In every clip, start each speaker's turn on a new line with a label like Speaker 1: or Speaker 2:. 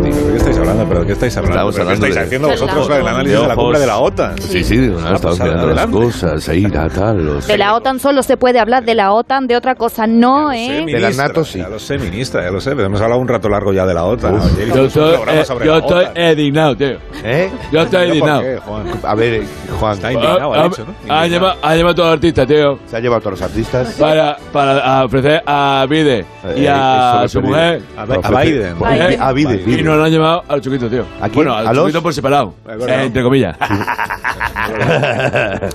Speaker 1: ¿De qué estáis hablando? ¿Pero de qué estáis hablando?
Speaker 2: Estamos
Speaker 1: ¿Pero
Speaker 2: hablando
Speaker 1: ¿Qué estáis
Speaker 2: de-
Speaker 1: haciendo
Speaker 3: Del
Speaker 1: vosotros
Speaker 3: lago.
Speaker 1: con el análisis de la cumbre de la OTAN?
Speaker 2: Sí, sí, de una
Speaker 1: Ah, pues
Speaker 2: estamos mirando las
Speaker 1: adelante.
Speaker 2: cosas, se irá tal, los...
Speaker 3: De la OTAN solo se puede hablar de la OTAN, de otra cosa no,
Speaker 1: Ya lo sé,
Speaker 3: ¿eh?
Speaker 1: ministra,
Speaker 4: De la NATO, sí.
Speaker 1: Ya lo sé, ministra, ya lo sé. Pero hemos hablado un rato largo ya de la OTAN.
Speaker 2: Uf.
Speaker 1: Ayer
Speaker 5: Yo
Speaker 1: hicimos un
Speaker 5: estoy,
Speaker 1: programa
Speaker 5: eh,
Speaker 1: sobre
Speaker 5: yo
Speaker 1: la
Speaker 5: estoy
Speaker 1: OTAN.
Speaker 5: indignado, tío.
Speaker 4: ¿Eh?
Speaker 5: Yo estoy
Speaker 4: ¿Por
Speaker 5: indignado.
Speaker 4: qué, Juan? A ver, eh, Juan,
Speaker 1: Está indignado, ha
Speaker 5: Ah,
Speaker 1: dicho, ¿no?
Speaker 5: ah, ha,
Speaker 1: Indignado.
Speaker 5: llevado, ha llevado a todo artista, tío.
Speaker 4: se ha llevado a todos los artistas.
Speaker 5: Para, para ofrecer a Vide y
Speaker 4: Eh,
Speaker 5: a
Speaker 4: eso es
Speaker 5: su
Speaker 4: Biden.
Speaker 5: mujer.
Speaker 1: A Bi- a Biden.
Speaker 4: Por-
Speaker 3: Biden.
Speaker 4: A Biden.
Speaker 5: Y no lo han llevado al chiquito, tío.
Speaker 4: ¿A quién?
Speaker 5: Bueno, al
Speaker 4: ¿A los?
Speaker 5: chiquito por separado.
Speaker 1: acuerdo.
Speaker 5: eh, entre comillas.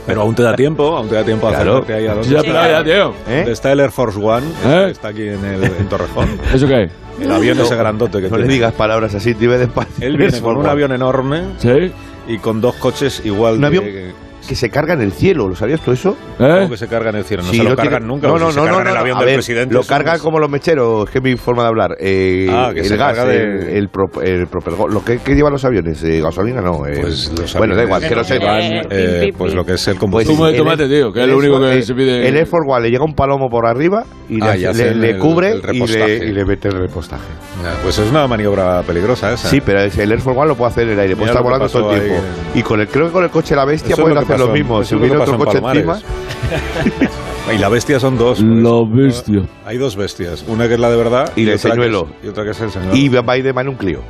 Speaker 1: Pero aún te da tiempo, aún te da tiempo a hacerte ahí a los...
Speaker 5: Ya, pero ya, tío.
Speaker 1: ¿Dónde
Speaker 4: ¿Eh?
Speaker 1: Está el Air Force One,
Speaker 5: ¿Eh?
Speaker 1: está aquí en, el, en Torrejón.
Speaker 5: ¿Eso qué?
Speaker 1: El avión ese grandote que
Speaker 4: No le
Speaker 1: tiene.
Speaker 4: digas palabras así, te iba despacio.
Speaker 1: Él viene con un avión enorme
Speaker 5: ¿Sí?
Speaker 1: y con dos coches igual
Speaker 4: Un
Speaker 1: de-
Speaker 4: avión
Speaker 1: que,
Speaker 4: que se carga en el cielo, ¿lo sabías tú eso?
Speaker 1: ¿cómo
Speaker 5: ¿Eh?
Speaker 1: que se carga en el cielo. No
Speaker 4: Sí,
Speaker 1: se lo
Speaker 4: tiene-
Speaker 1: cargan nunca.
Speaker 4: No,
Speaker 1: porque
Speaker 4: no,
Speaker 1: si
Speaker 4: no,
Speaker 1: se
Speaker 4: no,
Speaker 1: cargan el
Speaker 4: no,
Speaker 1: avión
Speaker 4: a
Speaker 1: del
Speaker 4: ver,
Speaker 1: presidente.
Speaker 4: Lo
Speaker 1: eso
Speaker 4: carga
Speaker 1: es-
Speaker 4: como los mecheros, es que es mi forma de hablar. Eh,
Speaker 1: Ah, que se
Speaker 4: el gas,
Speaker 1: carga de-
Speaker 4: el, el pro- el propelgo- ¿Lo que, que llevan los aviones? Eh, ¿Gasolina? No. eh,
Speaker 1: Pues los
Speaker 4: bueno, da
Speaker 1: aviones
Speaker 4: igual, que no sé.
Speaker 1: van,
Speaker 3: Eh,
Speaker 1: eh,
Speaker 3: pim, pim,
Speaker 1: pues
Speaker 3: pim.
Speaker 1: lo que es el
Speaker 4: Pues
Speaker 1: combustible.
Speaker 5: Zumo de
Speaker 4: el-
Speaker 5: tomate, tío, que es
Speaker 4: el
Speaker 5: lo único
Speaker 4: Air-
Speaker 1: eh,
Speaker 5: que se pide.
Speaker 4: El Air Force One le llega un palomo por arriba y le,
Speaker 1: Ah,
Speaker 4: hace-
Speaker 1: y
Speaker 4: le-
Speaker 1: hacen
Speaker 4: le
Speaker 1: el-
Speaker 4: cubre
Speaker 1: el
Speaker 4: y,
Speaker 1: repostaje.
Speaker 4: le, y le mete el repostaje.
Speaker 1: Ah, pues es una maniobra peligrosa esa.
Speaker 4: Sí, pero el Air Force One lo puede hacer en el aire, puede
Speaker 1: Mira
Speaker 4: estar
Speaker 1: lo que
Speaker 4: volando
Speaker 1: pasó
Speaker 4: todo el tiempo.
Speaker 1: ahí
Speaker 4: Y con el, creo que con el coche la bestia
Speaker 1: Eso es
Speaker 4: pueden
Speaker 1: lo que
Speaker 4: hacer
Speaker 1: pasó
Speaker 4: lo
Speaker 1: en-
Speaker 4: mismo.
Speaker 1: eso
Speaker 4: Si
Speaker 1: es lo que
Speaker 4: hubiera
Speaker 1: pasó en
Speaker 4: otro coche encima,
Speaker 1: Palomares. Y la bestia son dos. por
Speaker 5: La
Speaker 1: eso.
Speaker 5: bestia.
Speaker 1: Hay dos bestias. Una que es la de verdad
Speaker 4: Y el
Speaker 1: otra que
Speaker 4: señuelo.
Speaker 1: es- Y otra que es el señuelo.
Speaker 4: y va a ir de mano un Clio.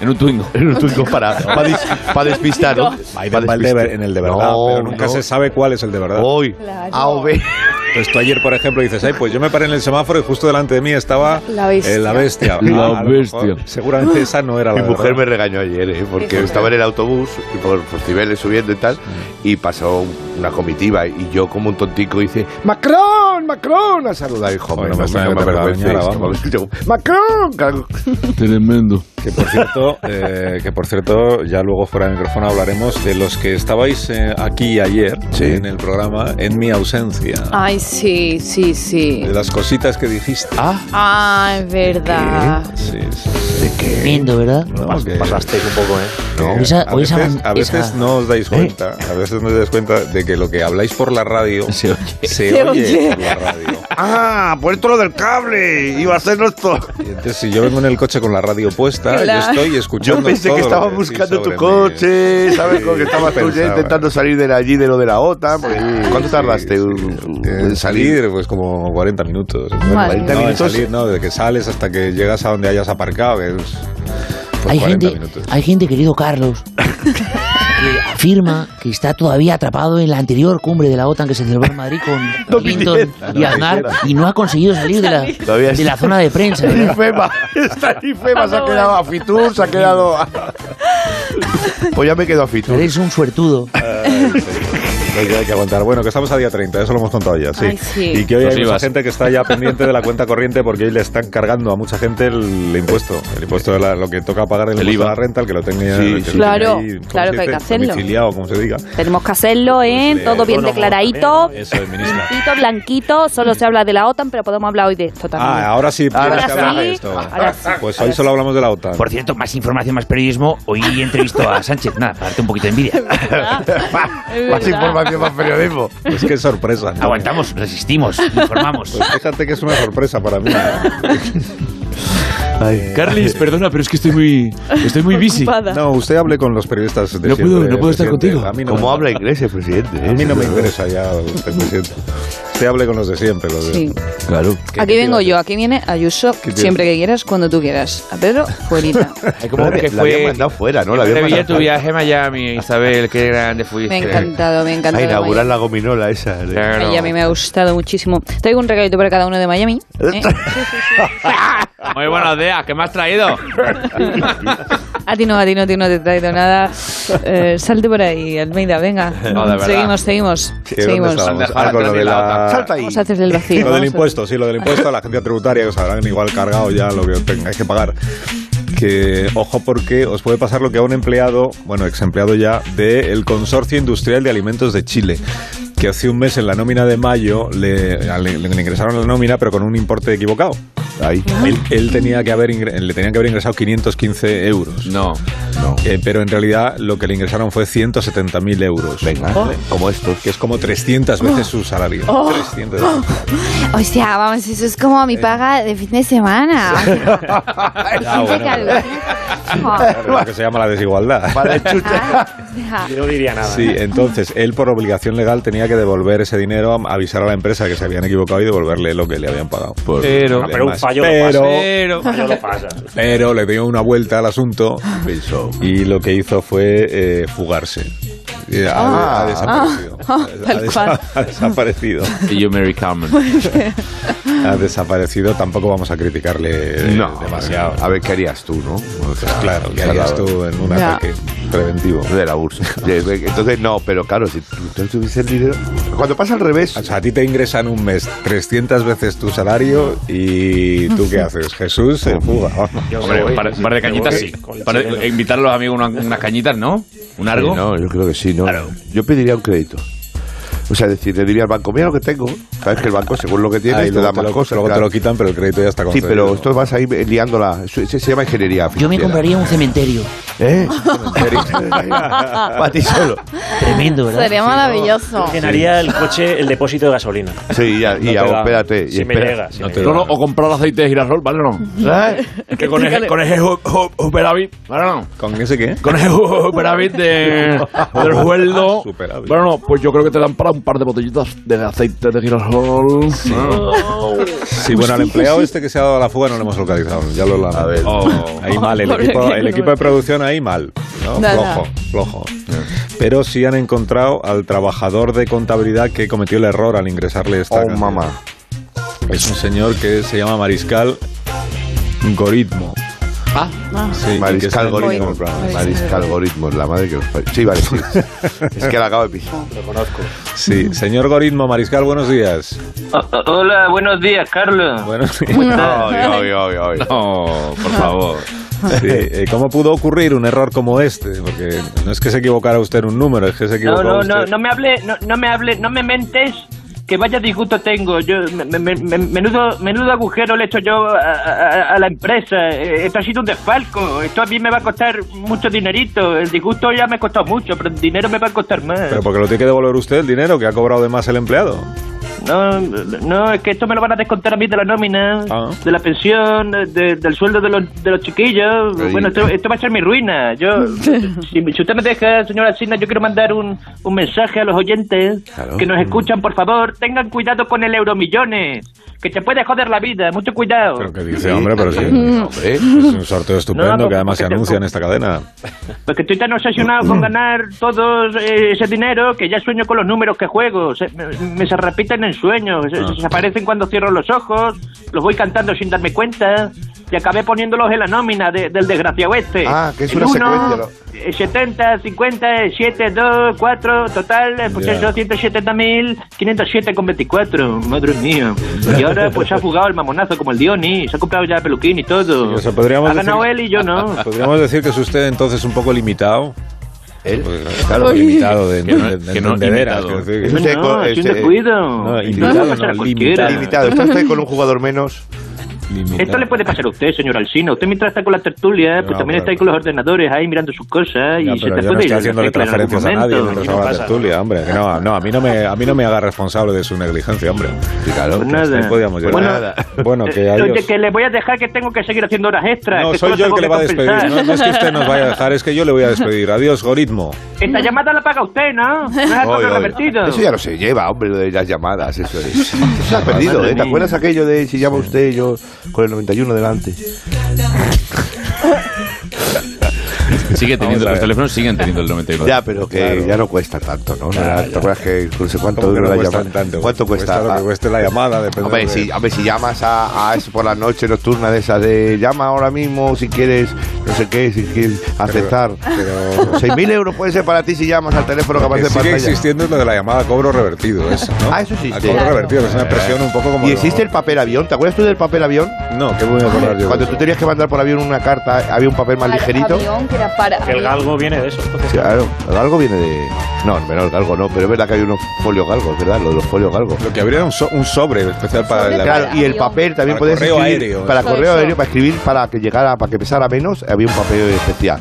Speaker 5: En un Twingo.
Speaker 4: En un Twingo para, para, dis- para despistar. ¿no?
Speaker 1: Biden
Speaker 4: Para
Speaker 1: va el de
Speaker 4: despistar.
Speaker 1: ver- en el de verdad,
Speaker 4: No,
Speaker 1: pero nunca
Speaker 4: no.
Speaker 1: se sabe cuál es el de verdad.
Speaker 4: Hoy,
Speaker 3: Claro.
Speaker 4: A o B.
Speaker 1: Entonces tú ayer, por ejemplo, dices, ay, pues yo me paré en el semáforo y justo delante de mí estaba
Speaker 3: La bestia.
Speaker 1: eh, la bestia.
Speaker 5: La
Speaker 1: a lo mejor,
Speaker 5: bestia.
Speaker 1: seguramente esa no era la
Speaker 4: Mi mujer me
Speaker 1: verdad.
Speaker 4: regañó ayer, ¿eh? porque
Speaker 3: Fíjate.
Speaker 4: estaba en el autobús, y por Fortiveles subiendo y tal, y pasó un- una comitiva, y yo como un tontico hice, ¡Macron! ¡Macron! A saludar, hijo,
Speaker 1: Joder,
Speaker 4: no,
Speaker 1: me
Speaker 4: me,
Speaker 1: suena
Speaker 4: no
Speaker 1: que
Speaker 4: me
Speaker 1: te
Speaker 4: avergüences,
Speaker 1: regañara,
Speaker 4: como-
Speaker 1: vamos.
Speaker 4: yo, ¡Macron! Claro,
Speaker 5: Tremendo.
Speaker 1: Que por cierto, eh, que por cierto, ya luego fuera de micrófono hablaremos de los que estabais eh, aquí ayer
Speaker 4: Sí.
Speaker 1: en el programa en mi ausencia.
Speaker 3: Ay, sí, sí, sí.
Speaker 1: De las cositas que dijiste.
Speaker 3: Ah, es verdad.
Speaker 1: Sí, sí.
Speaker 6: Tremendo, ¿verdad?
Speaker 1: No, que-
Speaker 4: un poco, ¿eh?
Speaker 1: No,
Speaker 6: O esa-
Speaker 1: a
Speaker 6: o esa
Speaker 1: veces,
Speaker 6: ban-
Speaker 1: a veces
Speaker 6: esa-
Speaker 1: no os dais cuenta, a veces no os dais cuenta de que lo que habláis por la radio se oye, por la radio.
Speaker 4: ¡Ah! ¡Puesto lo del cable! ¡Iba a ser nuestro!
Speaker 1: Y entonces si yo vengo en el coche con la radio puesta,
Speaker 3: Claro.
Speaker 1: yo estoy escuchando
Speaker 4: Yo pensé
Speaker 1: todo
Speaker 4: que
Speaker 1: lo
Speaker 4: estaba
Speaker 1: decís
Speaker 4: buscando
Speaker 1: sobre
Speaker 4: tu
Speaker 1: mí.
Speaker 4: coche, ¿sabes? Como que
Speaker 1: Sí,
Speaker 4: estabas tú ya
Speaker 1: pensaba.
Speaker 4: intentando salir de allí, de lo de la OTAN. porque- ¿Cuánto
Speaker 1: Sí,
Speaker 4: tardaste
Speaker 1: sí.
Speaker 4: un-
Speaker 1: En salir, pues como 40 minutos.
Speaker 3: Madre
Speaker 1: no,
Speaker 4: 40
Speaker 1: en
Speaker 4: minutos.
Speaker 1: salir, no, desde que sales hasta que llegas a donde hayas aparcado, que es pues,
Speaker 6: hay
Speaker 1: 40
Speaker 6: gente,
Speaker 1: minutos.
Speaker 6: hay gente, querido Carlos, que afirma que está todavía atrapado en la anterior cumbre de la OTAN que se celebró en Madrid con Clinton y Aznar y no ha conseguido salir de la,
Speaker 4: Todavía
Speaker 6: de la zona de prensa. ¿verdad?
Speaker 4: Ifema, está en Ifema, se ha quedado a Fitur, se ha quedado a... Pues ya me quedo a Fitur.
Speaker 6: Eres un suertudo.
Speaker 1: Lo que hay que aguantar. Bueno, que estamos a día 30, eso lo hemos contado ya, Pues sí.
Speaker 3: Ay, sí.
Speaker 1: Y que hoy
Speaker 5: Nos
Speaker 1: hay mucha
Speaker 5: ibas.
Speaker 1: gente que está ya pendiente de la cuenta corriente porque hoy le están cargando a mucha gente el impuesto. El impuesto de la- lo que toca pagar el,
Speaker 4: El
Speaker 1: impuesto
Speaker 4: IVA.
Speaker 1: a la renta, el que lo tenga.
Speaker 4: Sí,
Speaker 1: el que
Speaker 4: sí.
Speaker 1: lo tenga
Speaker 3: Claro,
Speaker 1: ahí, ¿cómo
Speaker 3: claro
Speaker 1: se
Speaker 3: que hay
Speaker 1: dice?
Speaker 3: que hacerlo.
Speaker 1: Domiciliado, como se diga.
Speaker 3: Tenemos que hacerlo, ¿eh?
Speaker 1: Pues,
Speaker 3: Todo
Speaker 1: eh,
Speaker 3: bien declaradito.
Speaker 1: Eso es, ministra.
Speaker 3: Blanquito, blanquito. Solo se habla de la OTAN, pero podemos hablar hoy de esto
Speaker 1: Ah,
Speaker 3: también.
Speaker 1: ahora sí,
Speaker 3: Ahora
Speaker 1: tienes que hablar de
Speaker 3: sí,
Speaker 1: esto.
Speaker 3: ahora sí,
Speaker 1: Pues
Speaker 3: ahora
Speaker 1: hoy solo hablamos de la OTAN.
Speaker 6: Por cierto, más información, más periodismo. Hoy entrevisto a Sánchez. Nada, para darte un poquito de envidia.
Speaker 3: Es
Speaker 4: Más
Speaker 3: verdad.
Speaker 4: información, más periodismo.
Speaker 1: Pues qué sorpresa. ¿no?
Speaker 6: Aguantamos, resistimos, informamos.
Speaker 1: Pues fíjate que es una sorpresa para mí. Eh.
Speaker 5: Carlis, perdona, pero es que estoy muy, estoy muy busy.
Speaker 3: Ocupada.
Speaker 1: No, usted hable con los periodistas de
Speaker 5: No puedo-
Speaker 1: siempre,
Speaker 5: no puedo estar
Speaker 1: presidente.
Speaker 5: contigo.
Speaker 1: A mí no
Speaker 4: Como
Speaker 1: me-
Speaker 4: habla inglés el presidente?
Speaker 1: A mí no me interesa ya usted, presidente. Usted hable con los de siempre. Los de-
Speaker 3: Sí.
Speaker 5: Claro.
Speaker 3: Aquí vengo yo, aquí viene Ayuso,
Speaker 1: tienes?
Speaker 3: siempre que quieras, cuando tú quieras. A Pedro, fuerita.
Speaker 4: Hay
Speaker 7: como que
Speaker 4: la habían
Speaker 7: fue-
Speaker 4: mandado fuera, ¿no? La habían
Speaker 7: Maravilla tu
Speaker 4: mandado
Speaker 7: viaje a Miami, Isabel, qué grande
Speaker 3: Me ha
Speaker 7: fuiste.
Speaker 3: encantado, me ha
Speaker 4: a
Speaker 3: encantado.
Speaker 4: inaugurar la gominola esa. ¿eh?
Speaker 7: Claro.
Speaker 3: Miami me ha gustado muchísimo. Traigo un regalito para cada uno de Miami. ¿eh?
Speaker 7: Muy buenos días, ¿qué me has traído?
Speaker 3: A ti no, a ti no, a ti no te he traído nada. Eh, salte por ahí, Almeida, venga.
Speaker 7: No, de verdad.
Speaker 3: seguimos, seguimos.
Speaker 1: ¿Qué, dónde
Speaker 3: Seguimos.
Speaker 1: estábamos?
Speaker 7: Anda,
Speaker 1: Ah, con lo
Speaker 7: atrás
Speaker 1: de
Speaker 7: de la
Speaker 1: la-
Speaker 7: otra.
Speaker 4: Salta ahí.
Speaker 3: Vamos a hacer el vacío.
Speaker 1: Lo
Speaker 3: vamos
Speaker 1: del
Speaker 3: a-
Speaker 1: impuesto, sí, lo del impuesto a la agencia tributaria, que os habrán igual cargado ya lo que os tengáis que pagar. Que, ojo, porque os puede pasar lo que a un empleado, bueno, ex empleado ya, del Consorcio Industrial de Alimentos de Chile, que hace un mes en la nómina de mayo le, le- le ingresaron la nómina, pero con un importe equivocado.
Speaker 4: Ahí.
Speaker 1: Él, él tenía que haber ingre- le tenían que haber ingresado 515 euros.
Speaker 5: No.
Speaker 1: Eh, pero en realidad lo que le ingresaron fue 170.000 euros.
Speaker 4: Venga, como estos.
Speaker 1: Que es como 300 veces su salario.
Speaker 8: Oh.
Speaker 1: 300 veces.
Speaker 2: O sea, vamos, eso es como
Speaker 1: Eh.
Speaker 2: mi paga de fin de semana.
Speaker 1: Ah,
Speaker 2: Gente
Speaker 1: bueno,
Speaker 2: que
Speaker 1: pero-
Speaker 2: alucina.
Speaker 1: pero lo que se llama la desigualdad.
Speaker 4: Para el chute.
Speaker 2: Ah, o sea,
Speaker 9: Yo no diría nada.
Speaker 1: Sí, entonces él por obligación legal tenía que devolver ese dinero, avisar a la empresa que se habían equivocado y devolverle lo que le habían pagado. Por-
Speaker 7: Pero-
Speaker 1: por
Speaker 9: pero un
Speaker 1: demás.
Speaker 9: fallo lo
Speaker 1: pero,
Speaker 7: Pero.
Speaker 9: Yo lo pasa.
Speaker 1: pero le dio una vuelta al asunto y lo que hizo fue eh, fugarse. Y Ha,
Speaker 4: Ah,
Speaker 2: Ah.
Speaker 1: ha desaparecido. Ha
Speaker 3: tal
Speaker 1: desa-
Speaker 3: cual.
Speaker 1: ha desaparecido.
Speaker 5: Y yo, Mary Carmen.
Speaker 1: Ha desaparecido. Tampoco vamos a criticarle eh,
Speaker 4: No,
Speaker 1: demasiado.
Speaker 4: A ver, ¿qué harías tú, no? O sea,
Speaker 1: Claro, que
Speaker 4: ¿qué harías
Speaker 1: harías tú en un
Speaker 3: Ya.
Speaker 1: ataque preventivo?
Speaker 4: de la bolsa. Entonces, no, pero claro, si tú tú tuviese el dinero. Cuando pasa al revés.
Speaker 1: O sea, a ti te ingresan un mes 300 veces tu salario y tú qué haces? Jesús se fuga.
Speaker 9: Yo
Speaker 7: Hombre,
Speaker 9: soy-
Speaker 7: un par, un par de cañitas sí.
Speaker 9: Con
Speaker 7: Un par de-
Speaker 9: chileno.
Speaker 7: invitar a los amigos a una- unas cañitas, ¿no? ¿Un
Speaker 4: Sí,
Speaker 7: argo?
Speaker 4: no, yo creo que sí, no. Yo pediría un crédito. O sea, decir, le diría al banco, mira lo que tengo. Sabes que el banco, según lo que
Speaker 1: Ah, y
Speaker 4: tienes, te
Speaker 1: luego
Speaker 4: da
Speaker 1: te
Speaker 4: más
Speaker 1: lo,
Speaker 4: cosas.
Speaker 1: luego te
Speaker 4: claro.
Speaker 1: lo quitan, pero el crédito ya está
Speaker 4: sí,
Speaker 1: concedido.
Speaker 4: pero esto vas ahí liándola. Eso- eso Se llama ingeniería.
Speaker 6: Yo me
Speaker 4: financiera.
Speaker 6: compraría un cementerio.
Speaker 4: ¿Eh? Para ti solo.
Speaker 6: Tremendo, ¿verdad?
Speaker 2: Sería maravilloso.
Speaker 9: Llenaría el coche, el depósito de gasolina.
Speaker 4: Sí, ya, y
Speaker 1: te
Speaker 4: ahora,
Speaker 1: da.
Speaker 4: espérate. y
Speaker 9: Si me
Speaker 4: espera.
Speaker 9: llega. si
Speaker 1: No
Speaker 9: me
Speaker 1: te
Speaker 9: llega.
Speaker 5: No, no, o comprar aceite de girasol, ¿vale? No.
Speaker 4: ¿Sabes?
Speaker 5: Que con ese, con ese ju- ju- superávit, ¿vale? No.
Speaker 1: ¿Con ese qué?
Speaker 5: Con ese ju- superávit de, del sueldo.
Speaker 1: Superávit.
Speaker 5: Bueno, no, pues yo creo que te dan para un par de botellitas de aceite de girasol.
Speaker 10: Oh.
Speaker 1: Sí, bueno, al empleado este que se ha dado a la fuga no lo hemos localizado. Ya lo
Speaker 4: A ver.
Speaker 1: Oh. Ahí mal, el,
Speaker 3: Pobre
Speaker 1: equipo,
Speaker 3: que
Speaker 1: el
Speaker 3: no.
Speaker 1: equipo de producción ahí mal. ¿no?
Speaker 3: Nada.
Speaker 1: Flojo, flojo. Pero sí han encontrado al trabajador de contabilidad que cometió el error al ingresarle esta
Speaker 4: Oh,
Speaker 1: cantidad.
Speaker 4: mamá.
Speaker 1: Es un señor que se llama Mariscal Goritmo. Ah, sí, que es
Speaker 4: Mariscal
Speaker 1: algoritmo.
Speaker 4: algoritmos. Mariscal algoritmos, la madre que los parió. Sí, vale, sí. Es que la acabo de pillar.
Speaker 9: Lo conozco.
Speaker 1: Sí, señor Goritmo, Mariscal, buenos días.
Speaker 11: O- o- Ah, Hola, buenos días, Carlos.
Speaker 1: Buenos días.
Speaker 4: Ay, ay, ay, ay.
Speaker 7: No, por favor.
Speaker 1: Sí, eh, ¿Cómo pudo ocurrir un error como este? Porque no es que se equivocara usted en un número, es que se equivocó
Speaker 11: No, no, no,
Speaker 1: usted.
Speaker 11: no me hable, no, no me hable, no me mentes. Que vaya disgusto tengo. Yo, me- me- me- menudo, menudo agujero le he hecho yo a, a- a la empresa. Eh, Esto ha sido un desfalco. Esto a mí me va a costar mucho dinerito. El disgusto ya me ha costado mucho, pero el dinero me va a costar más.
Speaker 1: Pero porque lo tiene que devolver usted el dinero que ha cobrado de más el empleado.
Speaker 11: No, no, es que esto me lo van a descontar a mí de la nómina,
Speaker 1: Ah.
Speaker 11: de la pensión, de- del sueldo de los, de los chiquillos.
Speaker 4: Ahí.
Speaker 11: Bueno, esto, esto va a ser mi ruina. Yo, si, si usted me deja, señora Sina, yo quiero mandar un, un mensaje a los oyentes
Speaker 4: Claro.
Speaker 11: que nos escuchan, por favor, tengan cuidado con el euromillones, que te puede joder la vida, mucho cuidado.
Speaker 1: Pero que dice, hombre, pero sí.
Speaker 4: Hombre.
Speaker 1: Es un sorteo estupendo
Speaker 11: No, no,
Speaker 1: que además se
Speaker 11: porque-
Speaker 1: anuncia en esta cadena.
Speaker 11: Porque estoy tan obsesionado con ganar todo eh, ese dinero que ya sueño con los números que juego. Se- me, me se repiten en sueños. se- Se, aparecen cuando cierro los ojos. Los voy cantando sin darme cuenta. Y acabé poniéndolos en la nómina de- del desgraciado este.
Speaker 4: Ah, que es
Speaker 11: El
Speaker 4: una
Speaker 11: uno,
Speaker 4: secuencia,
Speaker 11: eh, 70, 50, 7, 2, 4. Total, eh, pues
Speaker 1: Ya.
Speaker 11: eso, 170.507 con 24. Madre mía. Y ahora pues se ha fugado el mamonazo como el Dioni. Se ha comprado ya peluquín y todo.
Speaker 1: O sea, podríamos
Speaker 11: ha ganado
Speaker 1: decir-
Speaker 11: él y yo no.
Speaker 1: Podríamos decir que es usted entonces un poco limitado.
Speaker 4: Él.
Speaker 1: Pues, Claro, limitado de,
Speaker 7: Que no-
Speaker 1: de- de-
Speaker 7: que no,
Speaker 1: de veras,
Speaker 7: invitado.
Speaker 1: quiero decir
Speaker 4: Eso
Speaker 1: que-
Speaker 4: Usted
Speaker 11: no,
Speaker 4: con-
Speaker 11: es un
Speaker 4: este-
Speaker 11: descuido.
Speaker 1: No,
Speaker 11: Esto
Speaker 1: invitado,
Speaker 11: le puede pasar a
Speaker 1: no,
Speaker 11: cualquiera.
Speaker 4: Limitado. Esto está ahí con un jugador menos.
Speaker 1: limitado.
Speaker 11: Esto le puede pasar a usted, señor Alsina. Usted mientras está con la tertulia, pues
Speaker 1: No,
Speaker 11: también
Speaker 1: pero-
Speaker 11: está ahí con los ordenadores, ahí mirando sus cosas
Speaker 1: Ya,
Speaker 11: y se
Speaker 1: pero
Speaker 11: te
Speaker 1: yo
Speaker 11: puede ir
Speaker 1: no estoy
Speaker 11: la
Speaker 1: haciéndole
Speaker 11: tecla en algún
Speaker 1: transferencias a nadie
Speaker 11: momento.
Speaker 1: mientras
Speaker 9: ¿Qué
Speaker 1: hago la
Speaker 9: pasa?
Speaker 1: tertulia, hombre. que No, no, a mí no me, a mí no me haga responsable de su negligencia, hombre.
Speaker 4: Claro.
Speaker 11: Pues nada.
Speaker 1: Ahí podíamos llegar.
Speaker 11: Bueno,
Speaker 1: Bueno, que
Speaker 11: Eh,
Speaker 1: adiós.
Speaker 11: oye, que le voy a dejar que tengo que seguir haciendo horas extras.
Speaker 1: No,
Speaker 11: que
Speaker 1: soy
Speaker 11: solo
Speaker 1: yo el
Speaker 11: tengo
Speaker 1: que le va a despedir.
Speaker 11: compensar.
Speaker 1: No, no es que usted nos vaya a dejar, es que yo le voy a despedir. Adiós, Goritmo.
Speaker 11: Esta llamada la paga usted, ¿no? No es algo
Speaker 4: Oye, oye.
Speaker 11: revertido.
Speaker 4: Eso ya no se lleva, hombre, lo de las llamadas, eso es. Eso Se ha perdido,
Speaker 11: Madre
Speaker 4: ¿eh? ¿Te
Speaker 11: mía.
Speaker 4: acuerdas aquello de si llama usted yo con el 91 delante?
Speaker 7: Sigue teniendo,
Speaker 1: Vamos a ver.
Speaker 7: los teléfonos siguen teniendo el 91.
Speaker 4: Ya, pero que
Speaker 1: Claro.
Speaker 4: ya no cuesta tanto, ¿no? ¿Te acuerdas que no sé cuánto
Speaker 1: ¿Cómo que no
Speaker 4: dura la
Speaker 1: cuesta
Speaker 4: llamada?
Speaker 1: tanto?
Speaker 4: ¿Cuánto cuesta?
Speaker 1: lo que
Speaker 4: Ah,
Speaker 1: cueste la llamada, depende.
Speaker 4: Hombre,
Speaker 1: de-
Speaker 4: si, hombre, si llamas a, a eso por la noche nocturna de esas de llama ahora mismo si quieres no sé qué, si quieres aceptar.
Speaker 1: pero-
Speaker 4: 6.000 euros puede ser para ti si llamas al teléfono que
Speaker 1: Lo que
Speaker 4: aparece en
Speaker 1: sigue
Speaker 4: pantalla.
Speaker 1: existiendo es lo de la llamada cobro revertido, eso, ¿no?
Speaker 4: Ah, eso existe.
Speaker 1: A cobro
Speaker 4: Claro.
Speaker 1: revertido, que es una expresión un poco como...
Speaker 4: Y existe el papel avión. ¿Te acuerdas tú del papel avión?
Speaker 1: No, qué voy a acordar yo.
Speaker 4: Cuando tú tenías que mandar por avión una carta, había un papel más ligerito.
Speaker 2: Avión, que era para
Speaker 9: Que el galgo viene de eso.
Speaker 4: Sí, Claro, el galgo viene de. No, menos el galgo no, pero es verdad que hay unos folios galgos, ¿verdad? Lo de los folios galgos.
Speaker 1: Lo que habría era un, so- un sobre especial para
Speaker 2: Sobre
Speaker 1: el
Speaker 2: para-
Speaker 1: avión.
Speaker 4: Claro, y el
Speaker 2: avión.
Speaker 4: papel también
Speaker 1: Para
Speaker 4: podías
Speaker 1: correo
Speaker 4: escribir
Speaker 1: aéreo.
Speaker 4: para
Speaker 2: Eso,
Speaker 4: correo
Speaker 2: eso.
Speaker 4: aéreo, para escribir para que llegara, para que pesara menos, había un papel especial.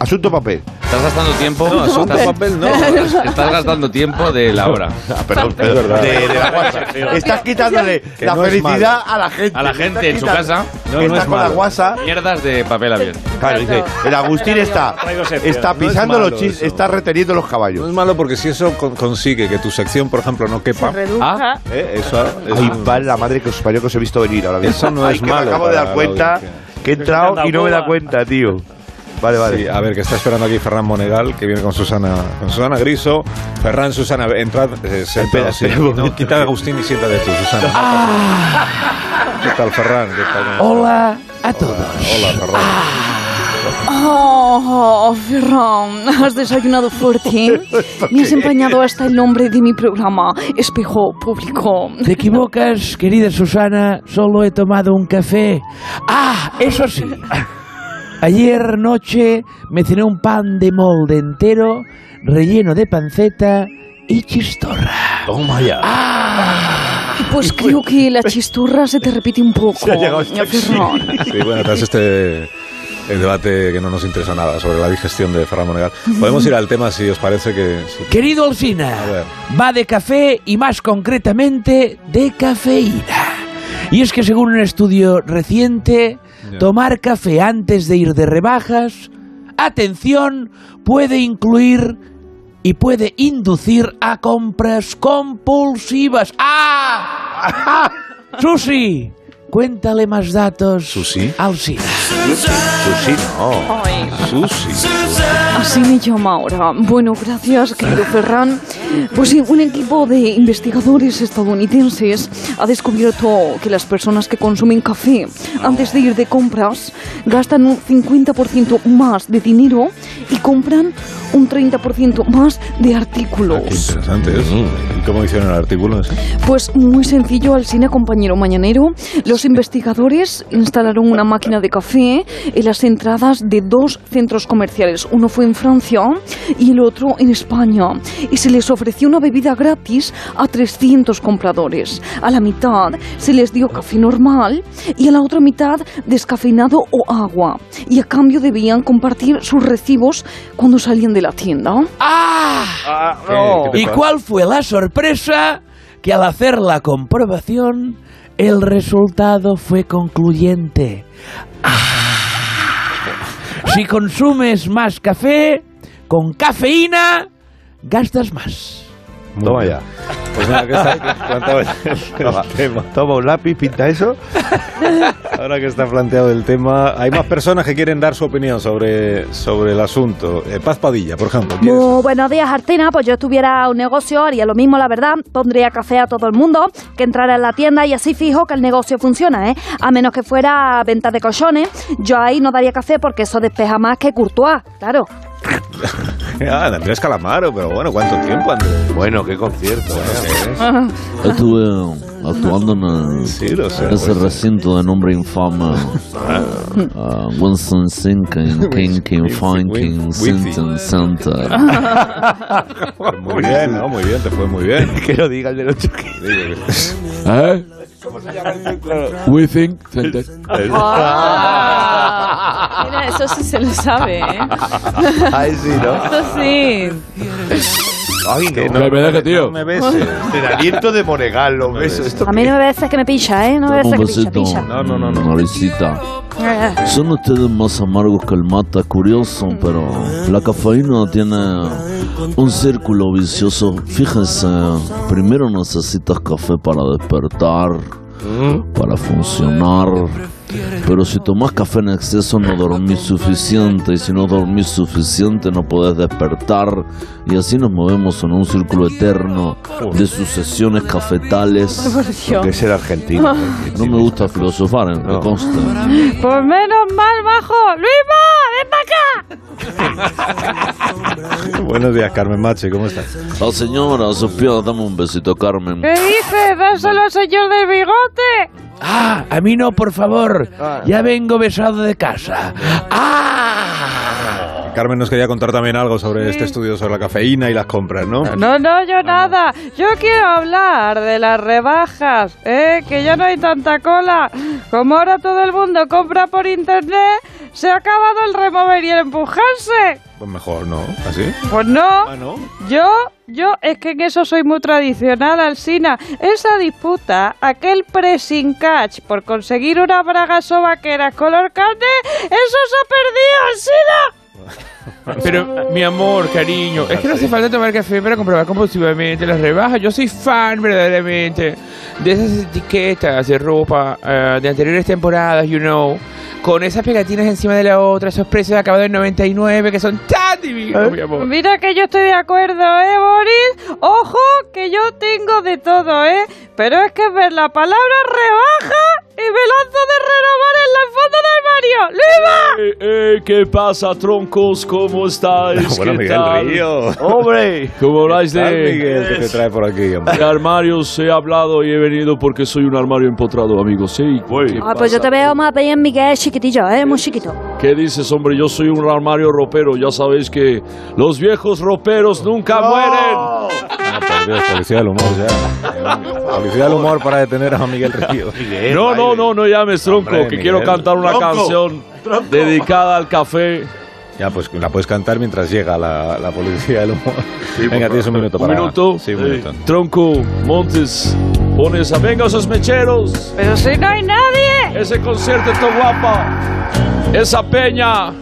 Speaker 4: Asunto papel.
Speaker 7: Estás gastando tiempo.
Speaker 1: No, asunto
Speaker 7: estás-
Speaker 1: papel no.
Speaker 7: Estás gastando tiempo de la hora.
Speaker 5: Ah,
Speaker 4: Perdón,
Speaker 1: Es verdad.
Speaker 4: de- de la WhatsApp. Estás quitándole
Speaker 1: Que
Speaker 4: la
Speaker 1: no es
Speaker 4: felicidad a la gente.
Speaker 7: A la
Speaker 4: Le estás
Speaker 7: gente en su
Speaker 4: quitando-
Speaker 7: casa.
Speaker 4: que está con la WhatsApp.
Speaker 7: Mierdas de papel avión.
Speaker 4: Claro, dice, el Agustín está,
Speaker 9: Traigo sepia.
Speaker 4: está
Speaker 1: No
Speaker 4: pisando
Speaker 1: es malo
Speaker 4: los chistes,
Speaker 1: eso.
Speaker 4: está reteniendo los
Speaker 1: No
Speaker 4: caballos.
Speaker 1: es malo porque si eso con- consigue que tu sección, por ejemplo, no quepa,
Speaker 7: Ah,
Speaker 1: ¿eh? eso, eso-
Speaker 4: Ay, va la madre que os parió que os he visto venir ahora mismo.
Speaker 1: Eso no
Speaker 4: Ay,
Speaker 1: es
Speaker 4: que me
Speaker 1: malo
Speaker 4: acabo de
Speaker 1: para
Speaker 4: dar
Speaker 1: la
Speaker 4: cuenta
Speaker 1: audiencia.
Speaker 4: que he entrado y no me da cuenta, tío. Vale, vale.
Speaker 1: Sí, a ver, que está esperando aquí Ferran Monegal, que viene con Susana, con Susana Griso. Ferran, Susana, entrad, eh,
Speaker 4: Espera,
Speaker 1: sentados. sí.
Speaker 4: espera Ah. un
Speaker 1: no,
Speaker 4: momento.
Speaker 1: quita a Agustín y siéntate tú, Susana. ¿Qué tal, Ferran? ¿Qué tal?
Speaker 6: Hola a todos.
Speaker 1: Hola, Ferran.
Speaker 2: Oh, Ferran, has desayunado fuerte. Me has empañado hasta el nombre de mi programa, Espejo Público.
Speaker 6: Te equivocas, querida Susana, solo he tomado un café. Ah, eso sí. Ayer noche me cené un pan de molde entero, relleno de panceta y chistorra.
Speaker 1: oh
Speaker 4: Toma ya.
Speaker 2: Pues creo que la chisturra se te repite un poco,
Speaker 4: Se ha llegado hasta aquí.
Speaker 2: Ferran.
Speaker 1: Sí, bueno, tras este eh, debate que no nos interesa nada sobre la digestión de Ferran Monegal, podemos ir al tema si os parece que... si-
Speaker 6: Querido Alcina,
Speaker 1: A ver.
Speaker 6: va de café y más concretamente de cafeína. Y es que según un estudio reciente,
Speaker 1: Ya.
Speaker 6: tomar café antes de ir de rebajas, atención, puede incluir y puede inducir a compras compulsivas. ¡Ah! Susi, cuéntale más datos.
Speaker 1: ¿Susi?
Speaker 6: Alcina.
Speaker 4: Susi, no.
Speaker 1: Susi.
Speaker 2: Así me llama ahora. Bueno, gracias, querido Ferran. Pues sí, un equipo de investigadores estadounidenses ha descubierto que las personas que consumen café antes de ir de compras gastan un 50% más de dinero y compran un 30% más de
Speaker 1: Ah, qué
Speaker 2: artículos.
Speaker 1: interesante eso.
Speaker 4: Mm.
Speaker 1: ¿Y cómo hicieron el artículo ese?
Speaker 2: Pues muy sencillo, al cine compañero mañanero. Los investigadores instalaron una máquina de café en las entradas de dos centros comerciales. Uno fue en Francia y el otro en España. Y se les ofreció una bebida gratis a 300 compradores. A la mitad se les dio café normal y a la otra mitad descafeinado o agua. Y a cambio debían compartir sus recibos cuando salían de la tienda.
Speaker 6: ¡Ah!
Speaker 4: no.
Speaker 6: ¿Y cuál fue la sorpresa? Que al hacer la comprobación, el resultado fue concluyente. ¡Ah! Si consumes más café, con cafeína, gastas más.
Speaker 4: Toma ya.
Speaker 1: Pues nada, que está plantado el- el tema.
Speaker 4: Toma un lápiz, pinta eso.
Speaker 1: Ahora que está planteado el tema, hay más personas que quieren dar su opinión sobre, sobre el asunto. Eh, Paz Padilla, por ejemplo. ¿quieres?
Speaker 8: Muy buenos días, Artina. Pues yo tuviera un negocio, haría lo mismo, la verdad. Pondría café a todo el mundo, que entrara en la tienda y así fijo que el negocio funciona, ¿eh? A menos que fuera venta de colchones. Yo ahí no daría café porque eso despeja más que Courtois, claro.
Speaker 1: Ah, de Andrés Calamaro, pero bueno, ¿cuánto tiempo, Andrés?
Speaker 4: Bueno, qué concierto.
Speaker 3: Ah.
Speaker 4: ¿eh?
Speaker 1: Ah.
Speaker 5: Estuve actuando en, eh,
Speaker 1: Sí, lo sé. Ah.
Speaker 5: en ese recinto de nombre infame. eh, Winston Sinking, Kinking, Funking, Sinton Center.
Speaker 1: Muy bien, ¿no? Muy bien, te fue muy bien.
Speaker 4: Que lo diga el de los chiquillos.
Speaker 1: Digo que-
Speaker 5: ¿Eh? We think Center.
Speaker 3: Ah. Mira, eso sí se lo sabe, ¿eh?
Speaker 4: Ay, sí, ¿no?
Speaker 3: Eso sí.
Speaker 4: Ay, no.
Speaker 5: Que me deje, tío.
Speaker 1: No me beses.
Speaker 3: Ah.
Speaker 4: El aliento de Monegal, los besos. Esto
Speaker 8: A mí no me veces que me pincha, ¿eh? No me
Speaker 5: Dame
Speaker 8: veces
Speaker 5: un
Speaker 8: que pincha,
Speaker 5: besito.
Speaker 8: pincha.
Speaker 1: No, no, no, no.
Speaker 5: Naricita.
Speaker 8: Eh,
Speaker 5: Son ustedes más amargos que el mata, curioso, pero la cafeína tiene un círculo vicioso. Fíjense, primero necesitas café para despertar, para funcionar. Pero si tomas café en exceso no dormís suficiente y si no dormís suficiente no podés despertar y así nos movemos en un círculo eterno de sucesiones cafetales.
Speaker 4: que es el argentino.
Speaker 5: No me gusta filosofar, en que conste.
Speaker 3: Pues menos mal, bajo. ¡Luisma!
Speaker 8: para acá!
Speaker 1: Buenos días, Carmen Machi, ¿cómo estás?
Speaker 5: La señora Sofía, dame un besito, Carmen.
Speaker 12: ¿Qué dices? ¡Dáselo al señor del bigote!
Speaker 6: Ah, a mí no, por favor. Ya vengo besado de casa.
Speaker 1: Ah. Carmen nos quería contar también algo sobre este estudio sobre la cafeína y las compras, ¿no?
Speaker 12: No, no, yo nada. Yo quiero hablar de las rebajas, ¿eh? que ya no hay tanta cola. Como ahora todo el mundo compra por internet, se ha acabado el remover y el empujarse.
Speaker 1: Pues mejor, ¿no? ¿Así?
Speaker 12: Pues no. Yo, yo, es que en eso soy muy tradicional, Alsina. Esa disputa, aquel pressing catch por conseguir una braga sobaquera color carne, eso se ha perdido, Alsina.
Speaker 13: Pero, mi amor, cariño, es que no hace falta tomar café para comprobar compulsivamente las rebajas. Yo soy fan verdaderamente de esas etiquetas de ropa eh, de anteriores temporadas, you know. Con esas pegatinas encima de la otra, esos precios acabados en 99 que son tan divinos,
Speaker 9: ¿Eh?
Speaker 13: mi amor.
Speaker 12: Mira que yo estoy de acuerdo, ¿eh, Boris? Ojo, que yo tengo de todo, ¿eh? Pero es que ver la palabra rebaja y me lanzo de renovar en la foto del Mario. ¡Viva!
Speaker 10: Eh, eh, ¿Qué pasa, troncos? ¿Cómo estáis?
Speaker 1: Bueno,
Speaker 10: ¿Qué
Speaker 1: Miguel
Speaker 10: tal?
Speaker 1: Río.
Speaker 10: ¡Hombre! ¿Cómo habláis de...?
Speaker 1: Tal, Miguel, que te trae por aquí, hombre.
Speaker 10: De armarios he hablado y he venido porque soy un armario empotrado, amigos. ¿sí? ¿Qué
Speaker 8: Ah, pues yo
Speaker 10: pasa?
Speaker 8: te veo más bien, Miguel, chiquitillo, ¿eh? Muy chiquito.
Speaker 10: ¿Qué dices, hombre? Yo soy un armario ropero. Ya sabéis que los viejos roperos nunca mueren.
Speaker 1: Por Dios, policía del humor ya. Policía del humor para detener a Miguel Río.
Speaker 10: no, no, no, no llames tronco,
Speaker 1: Hombre,
Speaker 10: que
Speaker 1: Miguel.
Speaker 10: quiero cantar una
Speaker 1: Tronco,
Speaker 10: canción dedicada al café.
Speaker 1: Ya, pues la puedes cantar mientras llega la, la policía del humor. Venga, tienes un minuto
Speaker 10: Un
Speaker 1: para...
Speaker 10: minuto.
Speaker 1: Sí, un
Speaker 10: Eh,
Speaker 1: minuto.
Speaker 10: Tronco, Montes, pones a venga esos mecheros.
Speaker 12: Pero si no hay nadie.
Speaker 10: Ese concierto está guapa. Esa peña.